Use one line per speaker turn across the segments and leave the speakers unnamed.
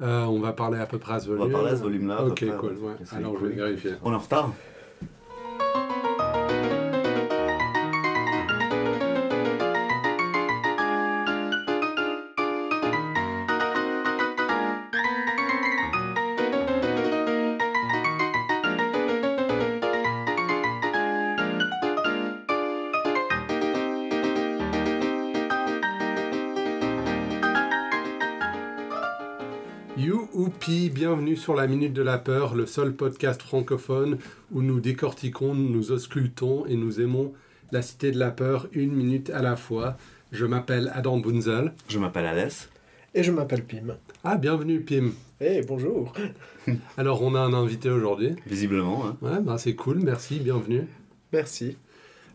Euh, on va parler à peu près à ce
On
volume.
va parler à ce volume-là. à peu
Ok,
près.
cool. ouais.
Ça,
Alors, je
cool.
vais vérifier.
On est en retard
Youhoupi, bienvenue sur la Minute de la Peur, le seul podcast francophone où nous décortiquons, nous auscultons et nous aimons la cité de la peur une minute à la fois. Je m'appelle Adam Bunzel.
Je m'appelle Alès.
Et je m'appelle Pim.
Ah, bienvenue Pim.
Eh, bonjour
Alors, on a un invité aujourd'hui.
Visiblement, hein.
Ouais, ben c'est cool, merci, bienvenue.
Merci.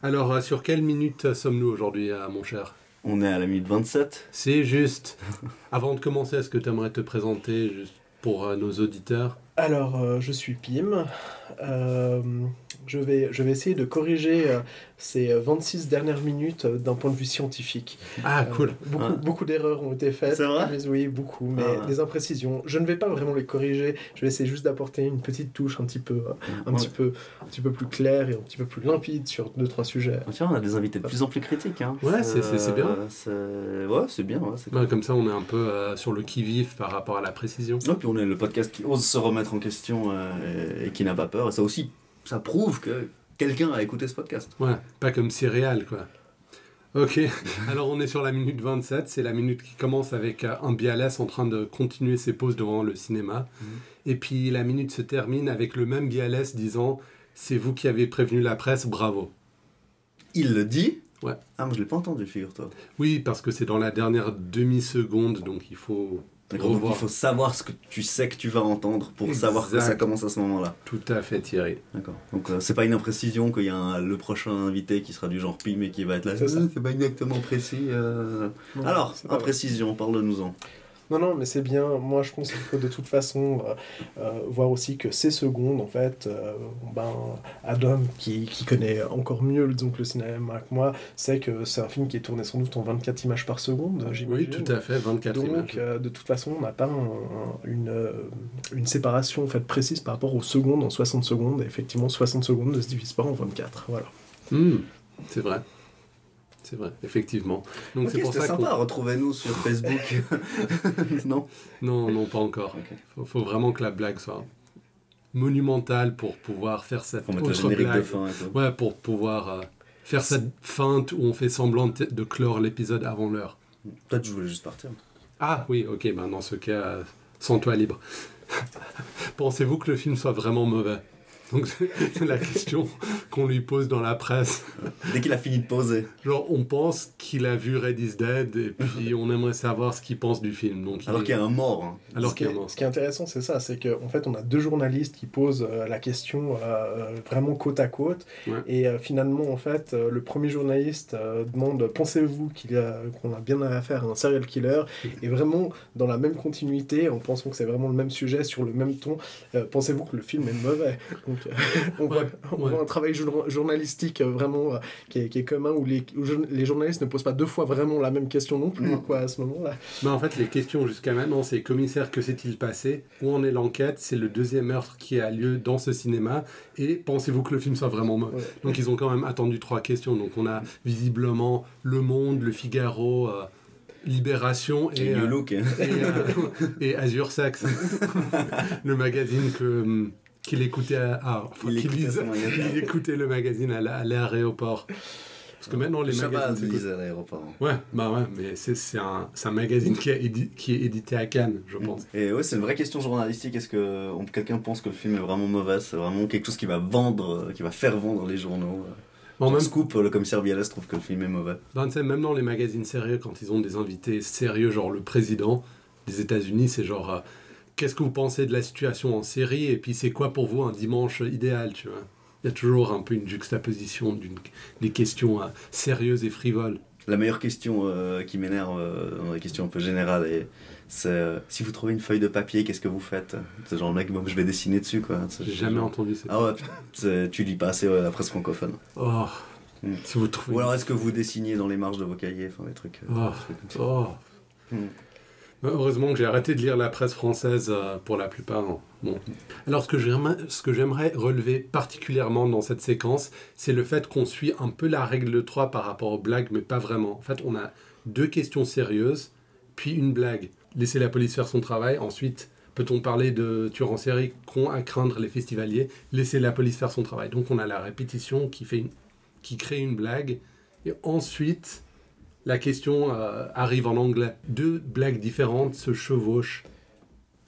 Alors, euh, sur quelle minute euh, sommes-nous aujourd'hui, euh, mon cher
on est à la minute 27.
C'est juste. Avant de commencer, est-ce que tu aimerais te présenter juste pour euh, nos auditeurs
Alors, euh, je suis Pim. Euh, je, vais, je vais essayer de corriger euh, ces euh, 26 dernières minutes euh, d'un point de vue scientifique.
Ah,
Euh,
cool.
beaucoup
Ah.
beaucoup d'erreurs ont été faites.
C'est vrai
Mais Oui, beaucoup, mais
Ah.
des imprécisions. Je ne vais pas vraiment les corriger. Je vais essayer juste d'apporter une petite touche un petit peu, euh, un
Ouais.
petit peu, un petit peu plus claire et un petit peu plus limpide sur deux trois sujets.
Ah, Tiens, on a des invités de plus en plus critiques. Hein.
Ouais, c'est- c'est- c'est bien.
c'est- Ouais, c'est bien. Ouais, c'est
Ben, comme ça, on est un peu euh, sur le qui-vive par rapport à la précision.
Non, puis on est le podcast qui ose se remettre en question euh, et, et qui n'a pas peur. Et ça aussi, ça prouve que quelqu'un a écouté ce podcast.
Ouais, pas comme céréales, quoi. Ok, alors on est sur la minute 27, c'est la minute qui commence avec euh, un Bialès en train de continuer ses pauses devant le cinéma.
Mhm.
Et puis la minute se termine avec le même Bialès disant C'est vous qui avez prévenu la presse, bravo.
Il le dit.
Ouais.
Ah, mais je l'ai pas entendu, figure-toi.
Oui, parce que c'est dans la dernière demi-seconde, donc il faut
D'accord, donc
revoir.
Il faut savoir ce que tu sais que tu vas entendre pour savoir que
Exact.
ça commence à ce moment-là.
Tout à fait, Thierry.
D'accord. Donc euh, c'est pas une imprécision qu'il y a un- le prochain invité qui sera du genre pim et qui va être là.
C'est ça.
Ah, pas exactement précis. euh.
Non,
Alors,
c'est pas vrai.
imprécision, parle-nous-en.
Non, non, mais c'est bien. Moi, je pense qu'il faut de toute façon euh, euh, voir aussi que ces secondes, en fait, euh, ben, Adam, qui, qui connaît encore mieux disons, que le cinéma que moi, sait que c'est un film qui est tourné sans doute en 24 images par
Bah,
seconde,
Oui,
j'imagine.
tout à fait, 24
Donc,
images.
euh, de toute façon, on n'a pas un- un- une, euh, une séparation en fait, précise par rapport aux secondes en 60 secondes. Et effectivement, 60 secondes ne se divise pas en 24. Voilà.
Hmm, c'est vrai. C'est vrai, effectivement. Donc
Ok,
c'est pour
c'était
ça qu'on-
sympa. Retrouvez-nous sur Facebook. non.
Non, non, pas encore.
Ok.
Faut, faut vraiment que la blague soit monumentale pour pouvoir faire cette
Pour mettre le
autre
générique
blague.
de fin. et tout.
Ouais, pour pouvoir euh, faire cette feinte où on fait semblant de de clore l'épisode avant l'heure.
Peut-être je voulais juste partir.
Ah oui, ok, ben dans ce cas, euh, sans toi libre. Pensez-vous que le film soit vraiment mauvais Donc c'est la question qu'on lui pose dans la presse.
Dès qu'il a fini de poser.
Genre, on pense qu'il a vu Red is Dead et puis on aimerait savoir ce qu'il pense du film. Donc, il-
Alors qu'il y a un mort. hein.
alors
ce, qui
qu'il y a
est,
un monstre.
ce qui est intéressant, c'est ça, c'est qu'en fait, on a deux journalistes qui posent euh, la question euh, euh, vraiment côte à côte.
Ouais.
Et euh, finalement, en fait, euh, le premier journaliste euh, demande Pensez-vous qu'il y a- qu'on a bien affaire à un serial killer Et vraiment, dans la même continuité, en pensant que c'est vraiment le même sujet, sur le même ton, euh, pensez-vous que le film est mauvais Donc, euh, on, voit,
Ouais,
on
ouais.
voit un travail jour- journalistique euh, vraiment euh, qui, est, qui est commun, où les, où jour- les journalistes ne posent pas deux fois vraiment la même question non plus,
Mm.
quoi, à ce moment-là.
Mais en fait, les questions jusqu'à maintenant, c'est commissaire, que s'est-il passé Où en est l'enquête C'est le deuxième meurtre qui a lieu dans ce cinéma. Et pensez-vous que le film soit vraiment mauvais
Ouais.
Donc, ils ont quand même attendu trois questions. Donc, on a visiblement Le Monde, Le Figaro, euh, Libération
Et
et,
New
euh,
Look. hein.
et, euh, et Azur Sax, le magazine que. hum, qu'il écoutait à, ah, enfin,
Il
qu'il
écoutait
lisait-
son magazine.
il écoutait le magazine à la- à l'aéroport. Parce que maintenant, les
Je sais pas,
magazines.
ils
s'écoutent.
lisent à l'aéroport. hein.
Ouais, bah ouais, mais c'est c'est un, c'est un magazine qui, a édi- qui est édité à Cannes, je pense.
Et ouais, c'est une vraie question journalistique. Est-ce que on- quelqu'un pense que le film est vraiment mauvais C'est vraiment quelque chose qui va vendre, euh, qui va faire vendre les journaux. euh.
En
Genre
même,
Scoop, euh, le commissaire Bialas trouve que le film est mauvais.
ben, tu sais, même dans les magazines sérieux, quand ils ont des invités sérieux, genre le président des États-Unis, c'est genre euh, qu'est-ce que vous pensez de la situation en Syrie et puis c'est quoi pour vous un dimanche idéal, tu vois Il y a toujours un peu une juxtaposition d'une- des questions euh, sérieuses et frivoles.
La meilleure question euh, qui m'énerve euh, dans les questions un peu générales, et c'est euh, si vous trouvez une feuille de papier, qu'est-ce que vous faites C'est genre le mec, bon, je vais dessiner dessus quoi. C'est-
J'ai jamais entendu ça.
Ah ouais, c'est- tu lis pas assez euh, la presse francophone.
Oh,
Mm.
si vous trouvez.
Ou alors est-ce que vous dessinez dans les marges de vos cahiers, enfin des trucs. euh,
Oh.
des trucs comme ça.
Oh.
Mm.
Heureusement que j'ai arrêté de lire la presse française euh, pour la plupart. hein. Bon. Alors, ce que j'aime- ce que j'aimerais relever particulièrement dans cette séquence, c'est le fait qu'on suit un peu la règle 3 par rapport aux blagues, mais pas vraiment. En fait, on a deux questions sérieuses, puis une blague. Laisser la police faire son travail. Ensuite, peut-on parler de tueurs en série qu'ont à craindre les festivaliers Laisser la police faire son travail. Donc, on a la répétition qui, fait une- qui crée une blague. Et ensuite, la question euh, arrive en anglais. Deux blagues différentes se chevauchent.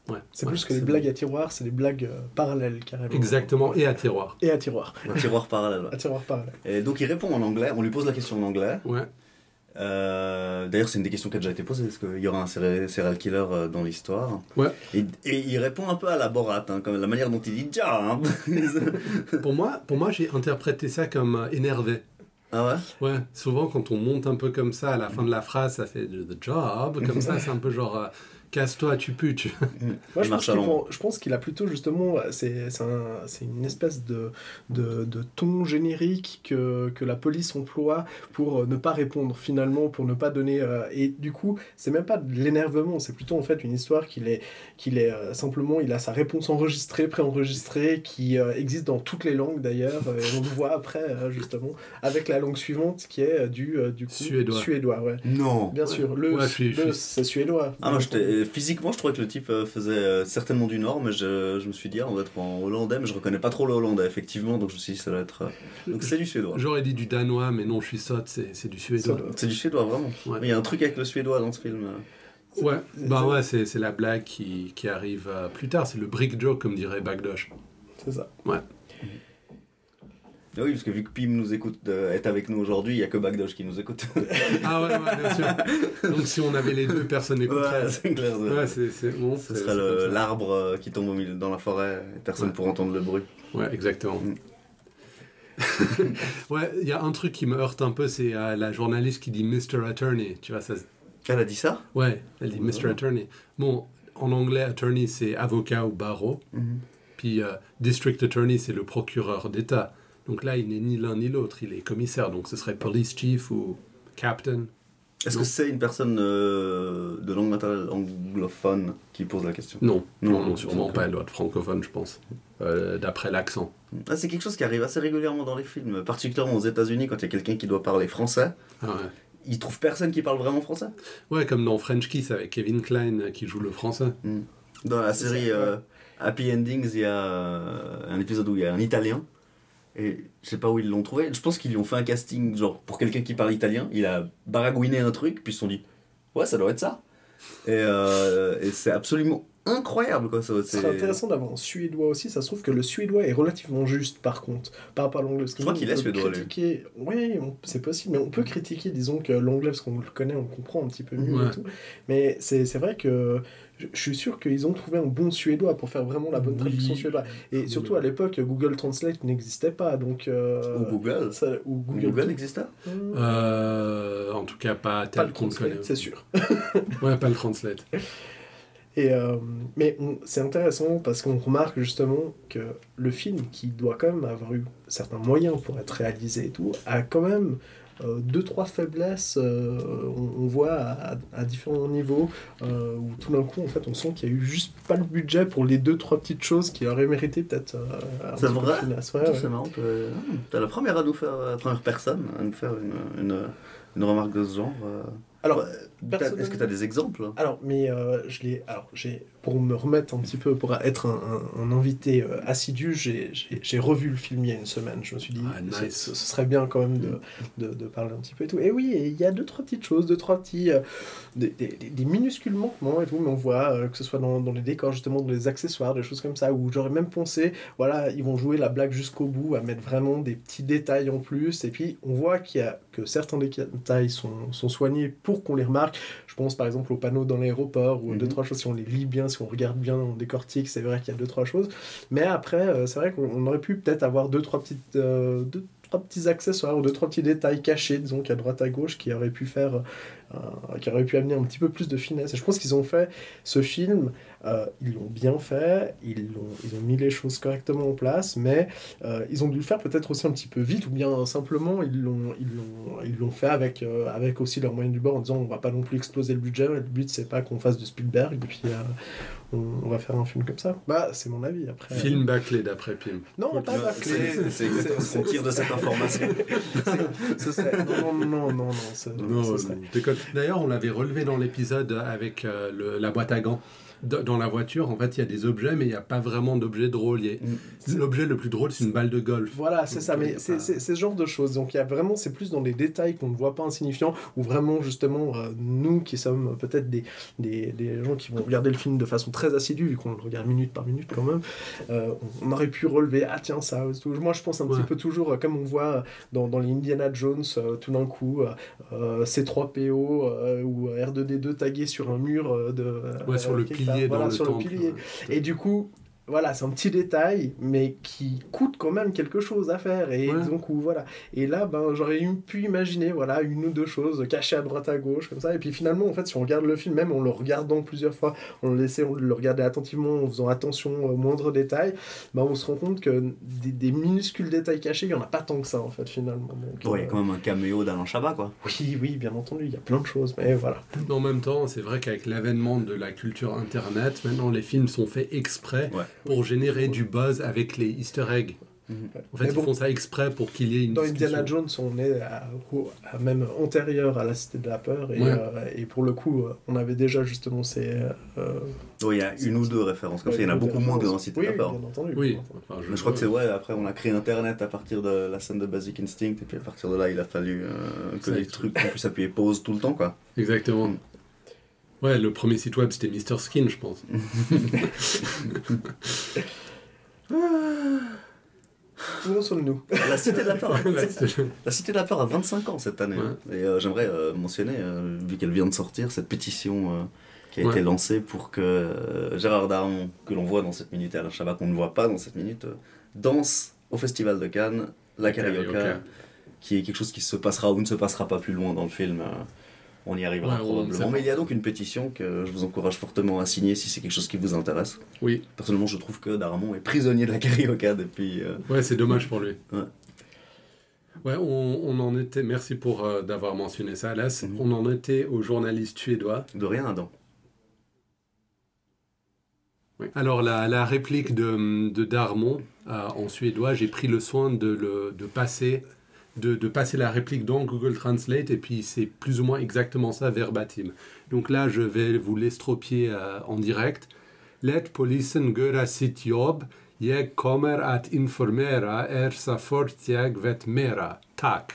Ouais.
C'est
Ouais,
plus que les
c'est
blagues à tiroir, c'est des blagues euh, parallèles carrément.
bon. Exactement, et à tiroir.
Et à tiroir.
Un tiroir parallèle.
À tiroir parallèle.
Et donc il répond en anglais, on lui pose la question en anglais.
Ouais.
Euh, D'ailleurs, c'est une des questions qui a déjà été posée, est-ce qu'il y aura un serial serial killer euh, dans l'histoire
Ouais.
Et, et il répond un peu à la borate, hein, comme la manière dont il dit ja hein.
Pour moi, pour moi j'ai interprété ça comme euh, énervé.
Ah ouais
Ouais, souvent quand on monte un peu comme ça à la fin de la phrase, ça fait the job, comme ça c'est un peu genre euh, casse-toi, tu pues, tu.
Moi, je
Il
pense,
marche à
qu'il
l'ombre.
prend- je pense qu'il a plutôt justement, euh, c'est c'est un- c'est une espèce de, de, de ton générique que, que la police emploie pour euh, ne pas répondre finalement, pour ne pas donner. euh, et du coup, c'est même pas de l'énervement, c'est plutôt en fait une histoire qu'il est, qu'il est euh, simplement, il a sa réponse enregistrée, préenregistrée, qui euh, existe dans toutes les langues d'ailleurs, euh, et on le voit après euh, justement, avec la langue suivante qui est euh, du, euh, du coup,
Suédois.
ouais.
Non
Bien sûr, le,
Ouais, je suis- je suis-
le- c'est suédois.
ah, moi, j'étais- euh, physiquement, je trouvais que le type euh, faisait euh, certainement du Nord, mais je, je me suis dit, ah, on va être en hollandais, mais je reconnais pas trop le hollandais, effectivement, donc je me suis dit, ça doit être. euh, Donc c'est du suédois.
J'aurais dit du danois, mais non, je suis sotte, c'est c'est du suédois.
Suédois.
C'est du suédois, vraiment.
Ouais.
Il y a un truc avec le suédois dans ce film. euh.
Ouais,
c'est-
bah
c'est-
ouais, c'est c'est la blague qui, qui arrive euh, plus tard, c'est le brick joke, comme dirait Bagdosh.
C'est ça.
Ah oui, parce que vu que Pim nous écoute, euh, est avec nous aujourd'hui, il y a que Bagdosh qui nous écoute.
Ah ouais, ouais, bien sûr. Donc si on avait les deux, personne
ouais,
n'écouterait.
c'est clair.
Ouais, c'est c'est bon.
Ce
c'est-
serait
c'est
le-
comme ça.
l'arbre euh, qui tombe au milieu, dans la forêt, et personne
Ouais.
pour entendre le bruit.
Ouais, exactement.
Mm.
ouais, il y a un truc qui me heurte un peu, c'est euh, la journaliste qui dit Mr. Attorney. Tu vois, ça,
Elle a dit ça
ouais, elle dit Mr.
Ouais.
Attorney. Bon, en anglais, attorney, c'est avocat ou barreau.
Mhm.
Puis euh, district attorney, c'est le procureur d'État. Donc là, il n'est ni l'un ni l'autre, il est commissaire. Donc ce serait police chief ou captain.
Est-ce
Non.
que c'est une personne euh, de langue maternelle anglophone qui pose la question
Non, non,
Non,
non, sûrement
d'accord.
pas. Elle doit être francophone, je pense, euh, d'après l'accent.
Ah, C'est quelque chose qui arrive assez régulièrement dans les films, particulièrement aux États-Unis quand il y a quelqu'un qui doit parler français.
Ah ouais.
Ils trouvent personne qui parle vraiment français.
Ouais, comme dans French Kiss avec Kevin Klein euh, qui joue le français.
Dans la
C'est ça,
série
ouais.
euh, Happy Endings, il y a euh, un épisode où il y a un Italien. Et je sais pas où ils l'ont trouvé. Je pense qu'ils lui ont fait un casting genre pour quelqu'un qui parle italien. Il a baragouiné un truc, puis ils se sont dit Ouais, ça doit être ça. Et, euh, et c'est absolument incroyable quoi. Ça,
Ce
c'est-
serait intéressant d'avoir un suédois aussi, ça se trouve que le suédois est relativement juste par contre, par rapport à l'anglais.
Je crois qu'il est suédois, lui.
Critiquer... Oui, on- c'est possible, mais on peut critiquer, disons que l'anglais, parce qu'on le connaît, on le comprend un petit peu mieux
Ouais.
et tout. Mais c'est c'est vrai que je, je suis sûr qu'ils ont trouvé un bon suédois pour faire vraiment la bonne
Oui.
traduction suédois. Et surtout à l'époque, Google Translate n'existait pas, donc. euh,
Ou Google.
ça- ou Google.
Google hein. existait
Hmm,
Euh, en tout cas, pas
Pas
tel
le
qu'on le connaît.
translate, c'est sûr.
Ouais, pas le translate.
Et, euh, mais on- c'est intéressant parce qu'on remarque justement que le film, qui doit quand même avoir eu certains moyens pour être réalisé et tout, a quand même euh, deux, trois faiblesses, euh, on, on voit à, à différents niveaux, euh, où tout d'un coup, en fait, on sent qu'il y a eu juste pas le budget pour les deux, trois petites choses qui auraient mérité peut-être... euh, un
C'est
petit peu de
vrai
finesse. Ouais, ouais.
C'est marrant. T'es t'es Euh, la première à nous faire, la première personne à nous faire une, une- une remarque de ce genre. euh.
Alors,
Ouais, t'as- est-ce que
personnellement-
tu as des exemples
Alors, mais euh, je l'ai. Alors, j'ai pour me remettre un petit peu, pour être un, un- un invité euh, assidu, j'ai- j'ai j'ai revu le film il y a une semaine. Je me suis dit,
Ah, nice.
c'est- ce, ce serait bien quand même de, de, de parler un petit peu et tout. Et oui, et il y a deux trois petites choses, deux trois petits, euh, des, des- des- des minuscules manquements et tout, mais on voit euh, que ce soit dans, dans les décors justement, dans les accessoires, des choses comme ça, où j'aurais même pensé, voilà, ils vont jouer la blague jusqu'au bout, à mettre vraiment des petits détails en plus. Et puis, on voit qu'il y a que certains détails sont, sont soignés pour qu'on les remarque. Je pense par exemple aux panneaux dans l'aéroport ou aux
Mhm.
deux trois choses. Si on les lit bien, si on regarde bien, on décortique, c'est vrai qu'il y a deux trois choses. Mais après, euh, c'est vrai qu'on on aurait pu peut-être avoir deux trois petites euh, deux, trois trois petits accessoires ou deux trois petits détails cachés, disons qu'à droite à gauche, qui auraient pu faire, euh, qui auraient pu amener un petit peu plus de finesse. Et je pense qu'ils ont fait ce film, euh, ils l'ont bien fait, ils l'ont- ils ont mis les choses correctement en place, mais euh, ils ont dû le faire peut-être aussi un petit peu vite ou bien euh, simplement ils l'ont ils l'ont ils l'ont fait avec euh, avec aussi leurs moyens du bord en disant on va pas non plus exploser le budget. Le but c'est pas qu'on fasse de Spielberg et puis euh, on, on va faire un film comme ça. Bah c'est mon avis après.
Film bâclé d'après Pim.
Non, pas la
C'est- c'est-
C'est-
On tire de cette information.
Ce serait... Non, non, non, non, non. ce- ce
Non,
serait-
je déconne. D'ailleurs, on l'avait relevé dans l'épisode avec euh, le- la boîte à gants. D- Dans la voiture, en fait, il y a des objets, mais il n'y a pas vraiment d'objets drôles. Il y a-
Mm.
L'objet le plus drôle, c'est une balle de golf.
Voilà, c'est ça,
Donc, euh, il y
mais
a
c'est
pas-
c'est- c'est ce genre de choses. Donc il y a vraiment, c'est plus dans les détails qu'on ne voit pas insignifiants, ou vraiment justement euh, nous qui sommes peut-être des, des, des gens qui vont regarder le film de façon très assidue, vu qu'on le regarde minute par minute quand même, euh, on aurait pu relever, ah tiens ça, ou tout. moi je pense un petit
Ouais.
peu toujours, euh, comme on voit dans, dans les Indiana Jones, euh, tout d'un coup, euh, euh, C3PO euh, ou R2D2 tagué sur un mur euh, de...
Ouais, sur
euh,
le
quelque
pilier
part. Voilà,
dans le
sur
temple.
le pilier.
ouais.
Et du coup, voilà, c'est un petit détail, mais qui coûte quand même quelque chose à faire. Et
Ouais.
donc, ou- voilà. Et là, ben, j'aurais eu- pu imaginer, voilà, une ou deux choses cachées à droite à gauche, comme ça. Et puis finalement, en fait, si on regarde le film, même en le regardant plusieurs fois, en le laissant le regarder attentivement, en faisant attention aux moindres détails, ben, on se rend compte que des, des minuscules détails cachés, il n'y en a pas tant que ça, en fait, finalement. Donc,
Bon, il y a
euh,
quand même un caméo d'Alain Chabat, quoi.
oui, oui, bien entendu, il y a plein de choses, mais voilà.
En même temps, c'est vrai qu'avec l'avènement de la culture Internet, maintenant les films sont faits exprès
Ouais.
pour générer du buzz avec les easter eggs. En fait,
Mm. Mais
ils
bon.
font ça exprès pour qu'il y ait une
Dans
discussion.
Indiana Jones, on est à, au- à même antérieur à la Cité de la Peur. Et,
Ouais.
euh, et pour le coup, euh, on avait déjà justement ces. euh,
Bon, il y a une ou deux références comme ça. Il y en a
euh,
beaucoup moins que dans
références.
Cité
oui,
de la Peur.
Oui, bien entendu.
Oui,
bien entendu.
enfin,
Mais je crois que c'est ouais, après on a créé internet à partir de la scène de Basic Instinct et puis à partir de là il a fallu euh, que
Ça,
les
tout.
trucs qu'on puisse appuyer pause tout le temps quoi.
Exactement.
Mm.
Ouais, le premier site web c'était Mister Skin, je pense.
Où en sommes-nous
La cité de la peur.
Là, c'était-
la cité de la peur a 25 ans cette année. Et euh, j'aimerais euh, mentionner euh, vu qu'elle vient de sortir cette pétition euh, qui a
Ouais.
été lancée pour que euh, Gérard Darmon que l'on voit dans cette minute et Alain Chabat qu'on ne voit pas dans cette minute euh, danse au festival de Cannes la carioca
Carioca.
qui est quelque chose qui se passera ou ne se passera pas plus loin dans le film. euh, on y arrivera
Ouais, on sait
probablement.
pas.
Mais il y a donc une pétition que je vous encourage fortement à signer si c'est quelque chose qui vous intéresse.
Oui,
Personnellement, je trouve que Daramon est prisonnier de la carioca depuis. euh,
ouais, c'est dommage pour lui.
Ouais.
Ouais, on, on en était. Merci pour euh, d'avoir mentionné ça, Alas.
Mhm.
On en était au journaliste suédois.
de rien, Adam.
Alors, la, la réplique de, de Darmon euh, en suédois, j'ai pris le soin de, le- de passer, de, de passer la réplique dans Google Translate, et puis c'est plus ou moins exactement ça verbatim. Donc là, je vais vous l'estropier euh, en direct. Let polisen göra sitt jobb. Jag kommer att informera er så fort jag vet mera. Tack.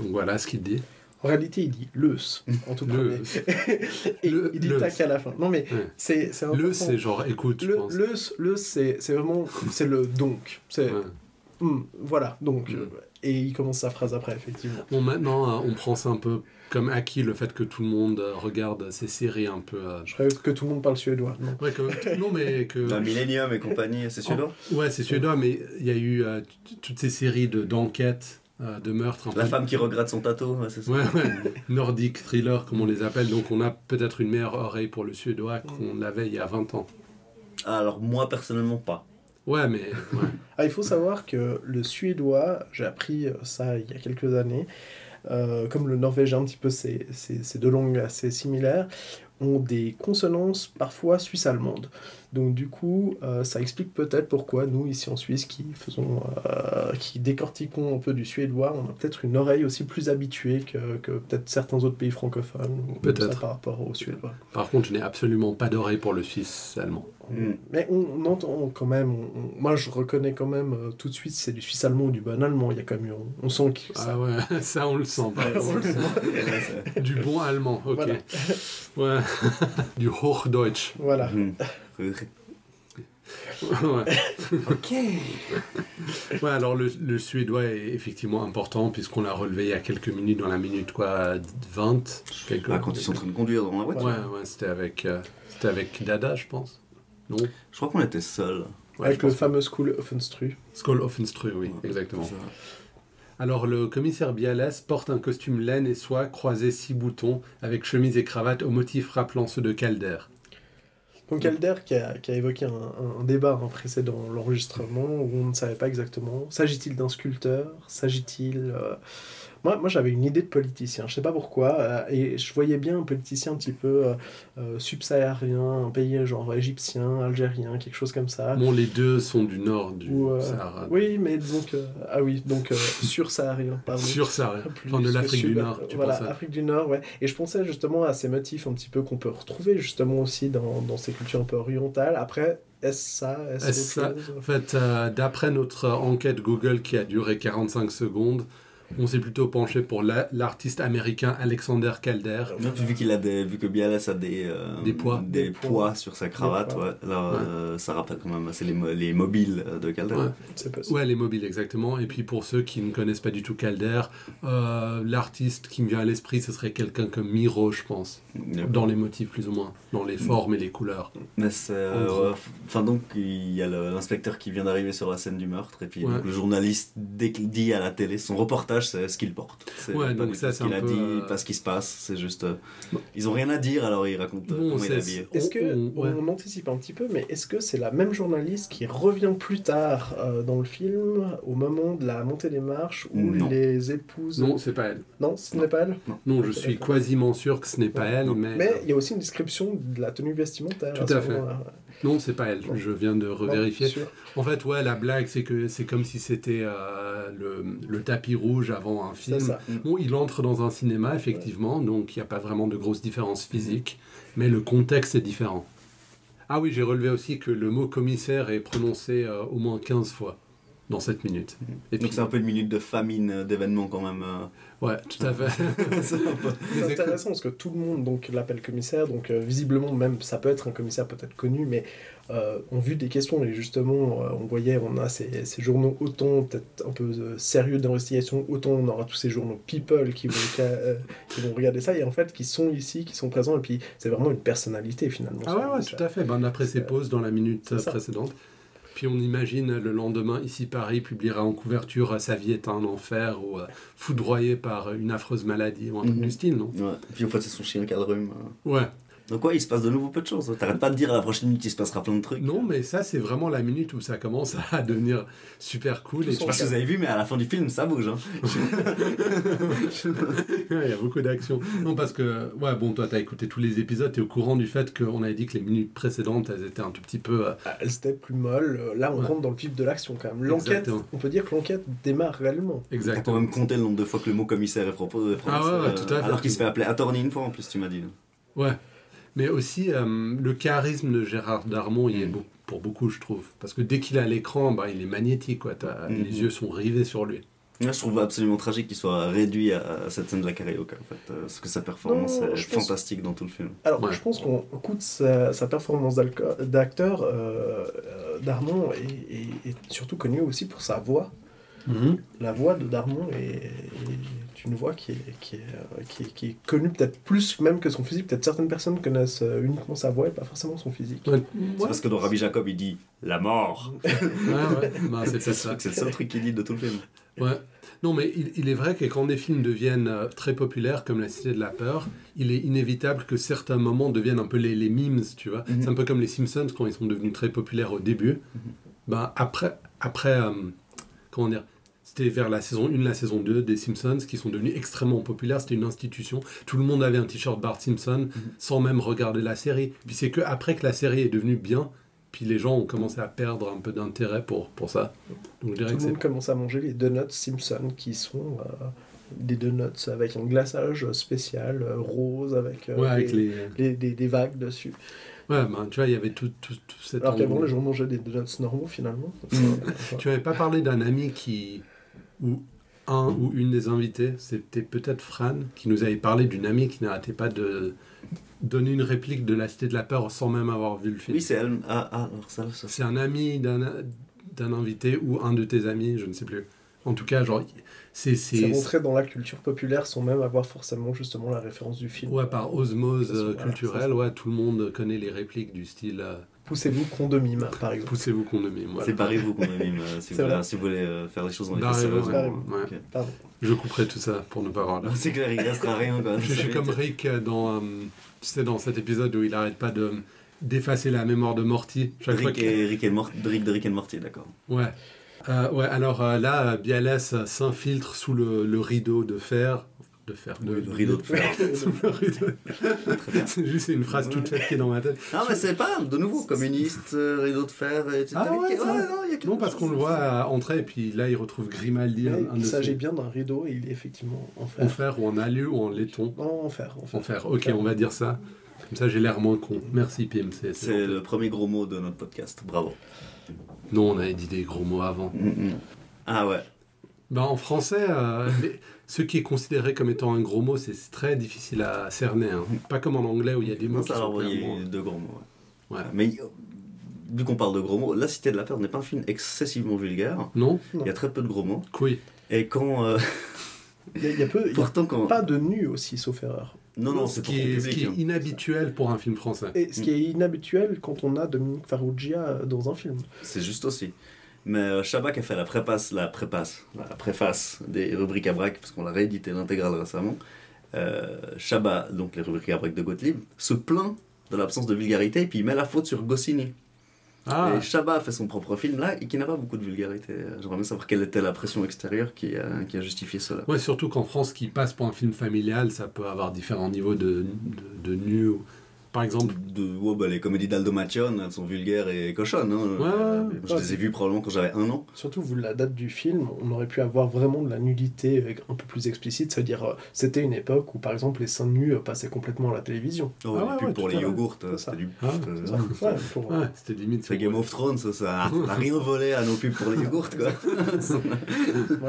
Donc voilà ce qu'il dit.
En réalité, il dit leus en tout
Le,
premier. Et
le-
il dit
leus.
tac à la fin. Non, Ah, mais
Ouais.
c'est c'est
le
important.
c'est genre écoute, je
Le,
pense.
le, le, c'est c'est vraiment. C'est le donc. C'est.
Ouais.
hmm, voilà, donc.
Mm.
euh, Et il commence sa phrase après, effectivement.
Bon, maintenant, euh, on prend ça un peu comme acquis, le fait que tout le monde euh, regarde ces séries un peu. euh,
Je croyais que tout le monde parle suédois. non.
Ouais, que- non, mais que.
Dans Millennium et compagnie, c'est celui-là
Ouais, c'est suédois, mais il y a eu euh, t- toutes ces séries de- d'enquêtes, euh, de meurtres. un
La
peu-
femme qui regrette son tatou, ouais, c'est ça.
Ouais, ouais. Nordique, thriller, comme on les appelle. Donc, on a peut-être une meilleure oreille pour le suédois qu'on l'avait il y a 20 ans.
Ah, alors moi personnellement pas.
Ouais, mais. ouais.
Ah, il faut savoir que le suédois, j'ai appris euh, ça il y a quelques années, euh, comme le norvégien, un petit peu, c'est c'est- c'est deux langues assez similaires, ont des consonances parfois suisse-allemandes. Donc du coup, euh, ça explique peut-être pourquoi nous, ici en Suisse, qui faisons, euh, qui décortiquons un peu du suédois, on a peut-être une oreille aussi plus habituée que, que peut-être certains autres pays francophones, ou comme ça,
Peut-être.
par rapport au suédois.
Par contre, je n'ai absolument pas d'oreille pour le suisse allemand.
Mm.
Mais on, on entend quand même, on- on- moi je reconnais quand même euh, tout de suite c'est du suisse allemand ou du bon allemand, il y a quand même, on, on sent que ça.
Ah ouais, ça, on le sent pas.
On le sent.
Du bon allemand, ok. Ouais. Du Hochdeutsch.
Voilà.
Mm.
Ouais.
ok.
Ouais, alors le, le suédois est effectivement important puisqu'on l'a relevé il y a quelques minutes, dans la minute quoi, 20 quelques...
Là, Ah, quand ils sont en train de conduire dans la voiture,
Ouais, ouais, c'était avec, euh, c'était avec Dada, je pense. Non
je crois qu'on était seuls.
Ouais,
Avec
je
le
pense.
fameux school Offenstru.
Skull of Instru, oui,
Ouais,
exactement.
c'est ça.
Alors le commissaire Bialas porte un costume laine et soie croisé six boutons avec chemise et cravate au motif rappelant ceux de Calder.
Donc Calder qui a, qui a évoqué un, un- un débat hein, précédent l'enregistrement où on ne savait pas exactement. S'agit-il d'un sculpteur S'agit-il... euh, Moi, moi j'avais une idée de politicien, je sais pas pourquoi, euh, et je voyais bien un politicien un petit peu euh, euh, subsaharien, un pays genre égyptien, algérien, quelque chose comme ça.
Bon, les deux sont du nord du
Ou, euh,
Sahara.
Oui, mais disons que... Ah oui, donc euh, sur-saharien, hein, pardon.
Sur Sahara,
Plus
enfin de
que
l'Afrique du
sud,
Nord,
euh,
tu
voilà,
penses à-
Afrique du Nord, ouais. Et je pensais justement à ces motifs un petit peu qu'on peut retrouver justement aussi dans, dans ces cultures un peu orientales. Après, est-ce ça Est-ce
Est-ce
autre chose
En fait, euh, d'après notre enquête Google qui a duré 45 secondes, on s'est plutôt penché pour la- l'artiste américain Alexander Calder.
Même vu qu'il a des, vu que Bialas a des, euh,
Des poids.
des,
Des
poids,
poids.
sur sa cravate,
Des
ouais.
poids.
Alors,
Ouais.
euh, ça rappelle quand même assez les, mo- les mobiles euh, de Calder.
Ouais.
C'est possible.
Ouais, les mobiles, exactement. Et puis pour ceux qui ne connaissent pas du tout Calder, euh, l'artiste qui me vient à l'esprit, ce serait quelqu'un comme Miro, je pense. Dans les motifs, plus ou moins. Dans les formes et les couleurs.
Mais c'est,
En gros.
euh, enfin donc il y a le- l'inspecteur qui vient d'arriver sur la scène du meurtre et puis
Ouais.
donc, le journaliste dès qu'il dit à la télé son reportage c'est ce qu'il porte. C'est
Ouais, donc
du
ça,
tout
c'est
ce qu'il
un
a
peu,
dit,
euh,
pas ce qui se passe, c'est juste euh,
Bon.
ils ont rien à dire alors ils racontent euh,
Bon,
comment il est
c'est-
habillé.
Est-ce que
On- on- ouais.
on anticipe un petit peu, mais est-ce que c'est la même journaliste qui revient plus tard euh, dans le film au moment de la montée des marches où
Non.
les épouses
Non, c'est pas elle.
Non, ce n'est pas elle.
Non, je suis quasiment sûr que ce n'est pas
Ouais,
elle,
non.
mais...
Mais il y a aussi une description de la tenue vestimentaire.
Tout
ce
à fait.
moment-là.
Non, c'est pas elle. Je viens de revérifier.
Sûr.
En fait, ouais, la blague, c'est que c'est comme si c'était euh, le, le tapis rouge avant un
C'est
film.
ça.
Bon, il entre dans un cinéma, effectivement, donc il n'y a pas vraiment de grosse différence
Mhm.
physique, mais le contexte est différent. Ah oui, j'ai relevé aussi que le mot commissaire est prononcé euh, au moins 15 fois dans cette minute.
Mhm.
Et puis,
Donc c'est un peu une minute de famine euh, d'événements quand même. euh.
ouais, tout à fait.
C'est un peu-
Les
C'est
échos-
intéressant parce que tout le monde donc l'appelle commissaire, donc euh, visiblement même ça peut être un commissaire peut-être connu, mais euh, on vit des questions et justement euh, on voyait on a ces, ces journaux autant peut-être un peu euh, sérieux d'investigation, autant on aura tous ces journaux people qui vont, ca- euh, qui vont regarder ça et en fait qui sont ici, qui sont présents et puis c'est vraiment une personnalité finalement.
Ah ouais, ouais, tout à fait. Ben, après ses
euh, C'est-
pauses dans la minute
c'est
euh,
ça.
précédente. Puis on imagine le lendemain, ici Paris publiera en couverture euh, Sa vie est un enfer ou euh, foudroyé par une affreuse maladie ou un
Mhm.
truc du style, non
Ouais. Puis en fait c'est son chien qui a le rhume. euh.
Ouais.
Donc ouais il se passe de nouveau peu de choses. hein. T'arrêtes pas de dire à la prochaine minute il se passera plein de trucs.
Non, mais ça, c'est vraiment la minute où ça commence à devenir super cool.
Tout
Et
Je sais pas si
puis-
vous avez vu mais à la fin du film ça bouge. hein.
il y a beaucoup d'action. Non, parce que, ouais, bon, toi, t'as écouté tous les épisodes, t'es au courant du fait qu'on avait dit que les minutes précédentes, elles étaient un tout petit peu. euh,
C'était plus molle, euh, là on
Ouais.
rentre dans le vif de l'action quand même. L'enquête,
Exactement.
on peut dire que l'enquête démarre réellement.
T'as quand
exactement.
même compté le nombre de fois que le mot commissaire est proposé.
Ah ouais, ouais, tout à fait.
Alors qu'il se fait appeler attorney une fois en plus, tu m'as dit. hein.
Ouais. Mais aussi, euh, le charisme de Gérard Darmon, il est
Mm.
beau, pour beaucoup, je trouve. Parce que dès qu'il est à l'écran, bah, il est magnétique, quoi. T'as-
Mm.
Les yeux sont rivés sur lui.
Moi, je trouve absolument tragique qu'il soit réduit à, à cette scène de la karaoke, en fait. euh, parce que sa performance
Non,
est
je pense-
fantastique dans tout le film.
Alors,
Ouais.
je pense qu'on coûte sa, sa performance d'alco- d'acteur. euh, euh, Darmon est, est- est surtout connu aussi pour sa voix.
Mm-hmm.
La voix de Darmon est, est une voix qui est, qui est, euh, qui est- qui est connue peut-être plus même que son physique. Peut-être certaines personnes connaissent euh, uniquement sa voix et pas forcément son physique.
Ouais,
C'est parce que dans Rabbi Jacob, il dit la mort.
ouais, ouais. Bah, c'est peut-être
C'est ce
ça.
truc- c'est le seul truc qu'il dit de tout le film.
Ouais. Non, mais il, il est vrai que quand des films deviennent euh, très populaires, comme La Cité de la Peur, il est inévitable que certains moments deviennent un peu les, les memes, tu vois.
Mhm.
C'est un peu comme les Simpsons quand ils sont devenus très populaires au début.
Mhm.
Ben, après, après euh, comment dire c'était vers la saison 1, la saison 2 des Simpsons qui sont devenus extrêmement populaires. C'était une institution. Tout le monde avait un t-shirt Bart Simpson
Mhm.
sans même regarder la série. Puis c'est que après que la série est devenue bien, puis les gens ont commencé à perdre un peu d'intérêt pour, pour ça. Donc je dirais
Tout
que
le
c'est
monde commence à manger les donuts Simpson qui sont euh, des donuts avec un glaçage spécial euh, rose avec, euh,
Ouais, avec
des,
les...
des- des- des vagues dessus.
Ouais, ben, tu vois, il y avait tout, tout, tout cet
Alors qu'avant,
engouement.
les gens mangeaient des donuts normaux finalement.
Mm. Tu n'avais pas parlé d'un ami qui... ou un ou une des invités, c'était peut-être Fran, qui nous avait parlé d'une amie qui n'arrêtait pas de donner une réplique de La Cité de la Peur sans même avoir vu le film.
Oui, c'est elle. Ah, ah, alors ça, ça-
C'est un ami d'un d'un invité ou un de tes amis, je ne sais plus. En tout cas, genre, c'est...
C'est
c'est-
rentré dans la culture populaire sans même avoir forcément justement la référence du film.
Ouais, par osmose
Voilà,
euh,
c'est
culturelle, ouais, tout le monde connaît les répliques du style euh,
Poussez-vous qu'on de mime, par exemple.
Poussez-vous qu'on le mime. Voilà.
C'est barrez-vous qu'on mime euh, si, vous
C'est
voulez-
vrai.
si vous voulez euh, faire les choses dans les choses
Barrez-vous,
sérieusement.
ouais. Ouais.
Ok.
Pardon.
Je couperai tout ça pour ne pas avoir de
Non, C'est clair, il restera rien. Quoi.
Je suis comme Rick dans, euh, tu sais, dans cet épisode où il arrête pas de d'effacer la mémoire de Morty chaque fois
Rick,
qu'il-
et, Rick, et Mort- Rick de Rick and Morty, d'accord.
Ouais. Euh, ouais, alors euh, là, euh, Bialès euh, s'infiltre sous le, le rideau de fer. De fer, de,
Le, le rideau de fer.
Sous le rideau. C'est juste une phrase toute faite qui est dans ma tête.
Non, mais c'est pas, de nouveau, communiste, euh, rideau de fer, etc.
Ah ouais, ça-
non, il y a quelque
Non, parce qu'on le
chose.
voit euh, entrer, et puis là, il retrouve Grimaldi, un, un
il
de
s'agit
ses...
bien d'un rideau et il est effectivement en
En
fer.
fer, ou en alu, ou en laiton.
Non, en fer. En fer.
En fer, ok, on va dire ça. Comme ça, j'ai l'air moins con. Merci, Pim. c'est- c'est
C'est
gentil.
le premier gros mot de notre podcast, bravo.
Non, on avait dit des gros mots avant.
Ah ouais,
Ben, en français, euh, les- ce qui est considéré comme étant un gros mot, c'est c'est très difficile à cerner. hein. Pas comme en anglais où il y a des mots
non,
qui
ça
sont
alors,
pleins de
il y a
mots.
deux gros mots. ouais.
Ouais.
Mais euh, vu qu'on parle de gros mots, La Cité de la Peur n'est pas un film excessivement vulgaire.
Non
Il y a très peu de gros mots.
Couille.
Et quand. euh,
Il y a- il y a peu. il y a
pourtant, quand.
Pas de nu aussi, sauf erreur.
Non, non,
ce
c'est pour
qui
ton
est, ce qui
public.
est
hein.
inhabituel pour un film français.
Et ce qui est inhabituel quand on a Dominique Farrugia dans un film.
C'est juste aussi. Mais euh, Shabak a fait la préface, la préface, la préface des rubriques à brac, parce qu'on l'a réédité l'intégrale récemment. Euh, Shabak, donc les rubriques à brac de Gottlieb, se plaint de l'absence de vulgarité, et puis il met la faute sur Goscinny.
Ah,
Et Chabat a fait son propre film là, et qui n'a pas beaucoup de vulgarité. J'aimerais bien savoir quelle était la pression extérieure qui a, qui a justifié cela.
ouais, surtout qu'en France, qui passe pour un film familial, ça peut avoir différents niveaux de, de, de nu. ou- Par exemple,
De, ouais, bah, les comédies d'Aldo Macchione, elles sont vulgaires et cochonnes. hein.
Ouais,
Euh,
ouais,
je
ouais.
les ai vues probablement quand j'avais un an.
Surtout vu la date du film, on aurait pu avoir vraiment de la nudité avec un peu plus explicite, c'est-à-dire euh, c'était une époque où par exemple les seins nus euh, passaient complètement à la télévision.
Oh,
Ah
les
ouais,
pubs
ouais,
pour
tout
les
à fait.
yogourts,
C'est ça.
c'était du.
Ah,
euh,
Ça, ouais, pour, euh,
ouais, c'était limite.
C'est Game of Thrones, ça, ça n'a rien volé à nos pubs pour les yogourts, quoi.
moi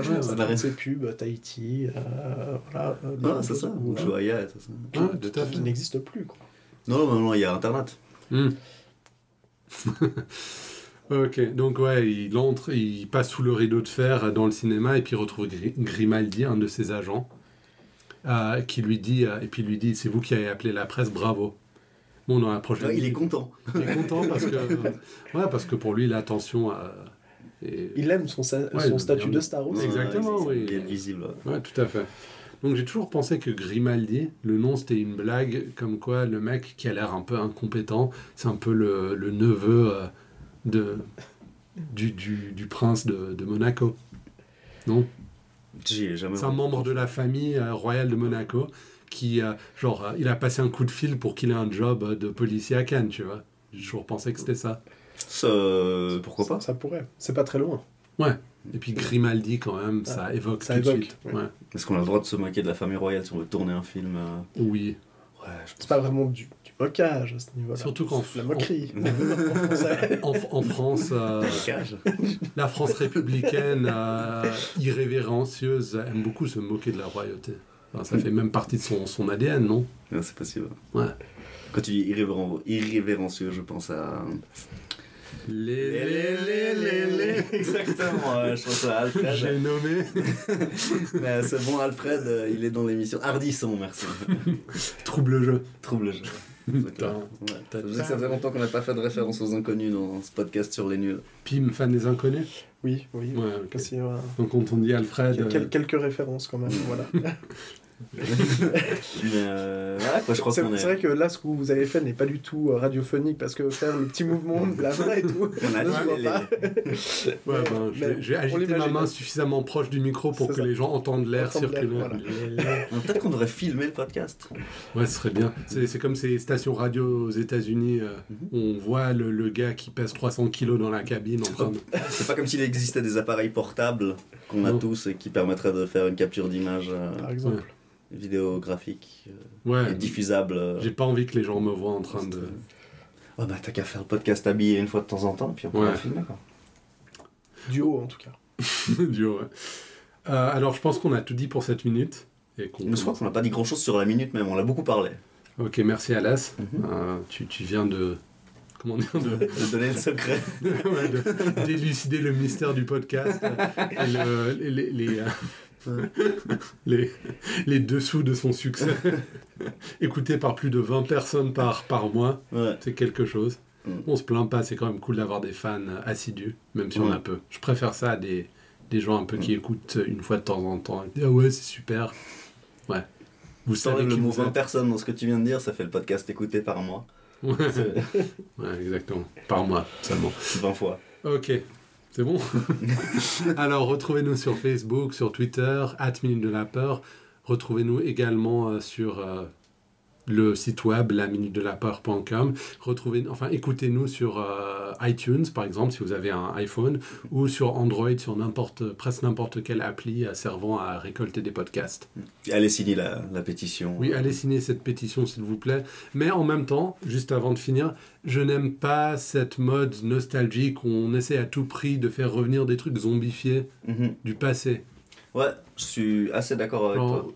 je
Ouais,
pense à
ouais.
toutes ces pubs, euh, Tahiti, euh, voilà. euh,
non, c'est ça, ou
voilà,
Joya, c'est ça.
Ouais, tout à
qui
fait.
n'existe plus. Quoi.
Non, non, non, non, il y a Internet.
Hmm. ok, donc ouais, il entre, il passe sous le rideau de fer euh, dans le cinéma et puis il retrouve Gri- Grimaldi, un de ses agents, euh, qui lui dit, euh, et puis il lui dit, c'est vous qui avez appelé la presse, bravo. Bon, dans la prochaine,
Ouais, il est content.
il est content parce que, ouais, parce que pour lui, l'attention. euh, est-
Il aime son, sa-
Ouais,
son
le
statut
dernier.
de star aussi.
Ouais. Exactement,
Ouais,
oui.
Il est visible. ouais.
Ouais, tout à fait. Donc j'ai toujours pensé que Grimaldi, le nom c'était une blague, comme quoi le mec qui a l'air un peu incompétent, c'est un peu le, le neveu euh, de, du, du, du prince de, de Monaco. Non
J'y ai jamais.
C'est un membre de la famille euh, royale de Monaco qui, euh, genre, euh, il a passé un coup de fil pour qu'il ait un job euh, de policier à Cannes, tu vois. J'ai toujours pensé que c'était ça.
Ça, euh, Pourquoi pas
Ça, ça pourrait. C'est pas très loin.
Et puis Grimaldi quand même, ça évoque
Ah, ça
tout de
évoque,
suite.
ouais.
Ouais.
Est-ce qu'on a le droit de se moquer de la famille royale si on veut tourner un film euh,
Oui.
Ouais, je
C'est pas vraiment du, du bocage à ce niveau-là.
Surtout qu'en
La moquerie. En français.
en, en France, euh,
Cage.
La France républicaine, euh, irrévérencieuse, aime beaucoup se moquer de la royauté. Enfin, ça fait même partie de son, son ADN, non
Non, c'est possible.
Ouais.
Quand tu dis irrévéren- irrévérencieux, je pense à. Exactement, ouais, je pense à Alfred.
J'ai nommé
Mais c'est bon, Alfred, euh, il est dans l'émission. Hardisson, merci.
Trouble Jeu.
Trouble jeu. C'est
Putain.
clair. Ouais. Ça faisait- ça faisait longtemps qu'on n'a pas fait de référence aux inconnus dans ce podcast sur les nuls.
Pim, fan des inconnus
Oui, oui.
Ouais, ok.
Parce qu'il y a-
Donc quand on dit
il y a
Euh,
Alfred,
quel- quelques références quand même. voilà.
Mais euh, voilà quoi, je crois
C'est
qu'on
c'est
est.
vrai que là, ce que vous avez fait n'est pas du tout euh, radiophonique parce que faire le petit mouvement de la main et tout,
On a
là, je
dit
vois
les-
pas.
euh, ouais, ben, je, vais, je vais
On
agiter ma
l'imagine. hein,
main suffisamment proche du micro pour
C'est
que
ça.
les gens entendent l'air
Entendent l'air,
circuler.
voilà.
les- Peut-être qu'on devrait filmer le podcast.
Ouais, ce serait bien. C'est c'est comme ces stations radio aux États-Unis euh,
Mhm.
où on voit le, le gars qui pèse 300 kilos dans la cabine en train de-
C'est pas comme s'il existait des appareils portables qu'on a
Non.
tous et qui permettraient de faire une capture d'image euh,
par exemple.
vidéographique euh, et
Ouais,
diffusable. euh.
J'ai pas envie que les gens me voient en train de.
Oh bah t'as qu'à faire le podcast habillé une fois de temps en temps, puis on pourra
Ouais.
filmer quoi.
Du haut en tout cas.
du haut, ouais. Euh, alors, je pense qu'on a tout dit pour cette minute. Et qu'on
Mais je crois qu'on n'a pas dit grand chose sur la minute même, on l'a beaucoup parlé.
Ok, merci Alas.
Mhm.
Euh, tu, tu viens de. Comment dire de,
De donner le secret.
ouais, de- D'élucider le mystère du podcast. euh, et le- les, les, les, euh, les- les dessous de son succès. Écouté par plus de 20 personnes par, par mois,
Ouais.
c'est quelque chose.
Mm.
On se plaint pas, c'est quand même cool d'avoir des fans assidus, même si on
Mm.
a peu. Je préfère ça à des, des gens un peu qui écoutent une fois de temps en temps. et qui disent, Ah ouais, c'est super. Ouais. Vous savez
T'enlèves le
qui
mot
vous
20
êtes.
personnes dans ce que tu viens de dire, ça fait le podcast écouté par mois. C'est
Ouais, exactement. Par mois seulement.
20 fois.
Ok, c'est bon. Alors, retrouvez-nous sur Facebook, sur Twitter, at Minute de la Peur. Retrouvez-nous également euh, sur euh, le site web la de la peur.com. Retrouvez, enfin, écoutez-nous sur euh, iTunes, par exemple, si vous avez un iPhone, ou sur Android, sur n'importe, presque n'importe quelle appli euh, servant à récolter des podcasts.
Allez signer la, la pétition.
Oui, allez signer cette pétition, s'il vous plaît. Mais en même temps, juste avant de finir, je n'aime pas cette mode nostalgique où on essaie à tout prix de faire revenir des trucs zombifiés
Mhm.
du passé.
Ouais, je suis assez d'accord avec
Genre,
toi.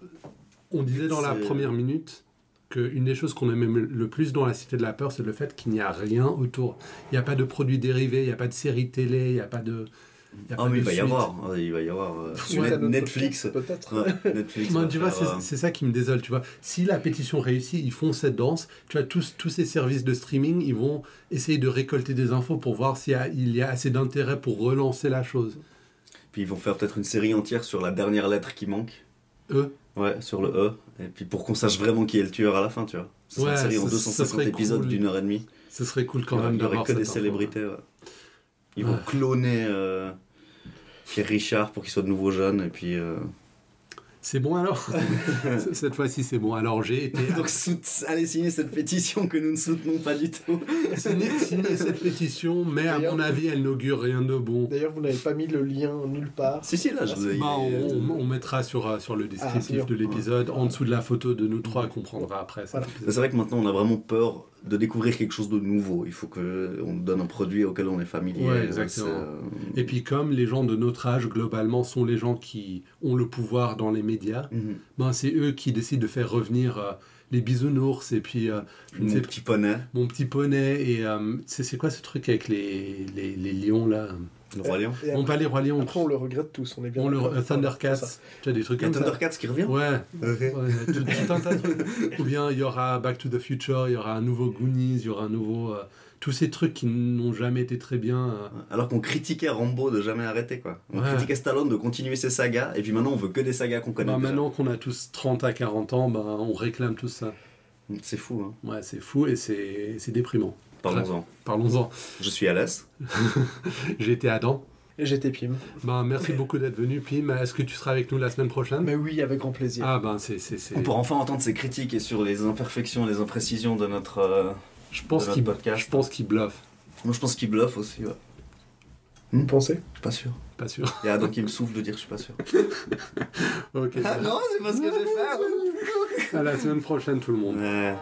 on disait dans la
C'est-
première minute qu'une des choses qu'on aime le plus dans la Cité de la Peur, c'est le fait qu'il n'y a rien autour. Il n'y a pas de produits dérivés, il n'y a pas de séries télé, il n'y a pas de... il n'y a
Ah,
pas de
mais il va y
suite.
avoir. hein, Il va y avoir. euh,
Suite
sur
à
Net-
notre
Netflix.
podcast, Peut-être.
Ouais, Netflix.
Ben,
va
tu vois,
faire, euh,
c'est- c'est ça qui me désole, tu vois. Si la pétition réussit, ils font cette danse, tu vois, tous, tous ces services de streaming, ils vont essayer de récolter des infos pour voir s'il y a, il y a assez d'intérêt pour relancer la chose.
euh, Puis ils vont faire peut-être une série entière sur la dernière lettre qui manque.
E.
Ouais, sur le E. Et puis pour qu'on sache vraiment qui est le tueur à la fin, tu vois. C'est
Ouais,
une série en
ça- ça
250
serait
épisodes
cool.
d'une heure et demie.
Ce serait cool quand
il y aura-
même
il y aurait
d'avoir
que
cette
des
info.
célébrités. ouais. Ils
Ouais.
vont cloner euh, Pierre Richard pour qu'il soit de nouveau jeune. Et puis. euh,
C'est bon alors Cette fois-ci, c'est bon. Alors, j'ai été...
Donc sout- allez signer cette pétition que nous ne soutenons pas du tout.
signer, signer cette pétition, mais à
D'ailleurs-
mon avis, elle n'augure rien de bon.
D'ailleurs, vous n'avez pas mis le lien nulle part.
si si là je
Ben,
euh,
on, on mettra sur, euh, sur le
c'est
descriptif
Ah,
bien.
de l'épisode, en dessous de la photo de nous trois, qu'on prendra après. cet
Voilà.
épisode.
C'est vrai que maintenant on a vraiment peur de découvrir quelque chose de nouveau. Il faut que on donne un produit auquel on est familier.
Ouais, exactement.
C'est, euh,
Et puis comme les gens de notre âge, globalement, sont les gens qui ont le pouvoir dans les médias,
mhm.
ben, c'est eux qui décident de faire revenir euh, les bisounours et puis euh, je ne
Mon
sais
petit poney,
mon petit poney et euh, c'est c'est quoi ce truc avec les, les, les lions là
le roi lion.
Et
Bon,
après,
pas les rois lions,
après, on le regrette tous. On est bien.
on le-
d'accord.
euh, Thundercats, tu as des trucs
Il y a
comme ça.
Thundercats qui revient.
Ouais,
Ok.
ouais, tout, tout un tas de trucs. Ou bien il y aura Back to the Future, il y aura un nouveau Goonies, il y aura un nouveau... euh, tous ces trucs qui n'ont jamais été très bien... euh,
Alors qu'on critiquait Rambo de jamais arrêter quoi. On
Ouais.
critiquait Stallone de continuer ses sagas et puis maintenant on veut que des sagas qu'on connaît.
bah,
déjà.
maintenant qu'on a tous 30 à 40 ans, bah, on réclame tout ça.
C'est fou. Hein.
Ouais, c'est fou et c'est c'est déprimant.
Parlons-en.
Parlons-en.
Je suis Alès.
J'ai été Adam.
Et J'étais Pim.
Ben, merci beaucoup d'être venu, Pim. Est-ce que tu seras avec nous la semaine prochaine
Ah, Mais oui, avec grand plaisir.
Ah ben, c'est... c'est- c'est-
On pourra enfin entendre ses critiques et sur les imperfections, les imprécisions de notre. euh,
Je pense
de notre
qu'il
podcast.
je pense qu'il bluffe.
Moi je pense qu'il bluffe aussi. Ouais.
Vous pensez
Je suis pas sûr.
Pas sûr.
Il y a Adam qui me souffle de dire je suis pas sûr.
Ok.
Ah non, c'est pas ce que j'ai fait.
à la semaine prochaine, tout le monde.
Ouais.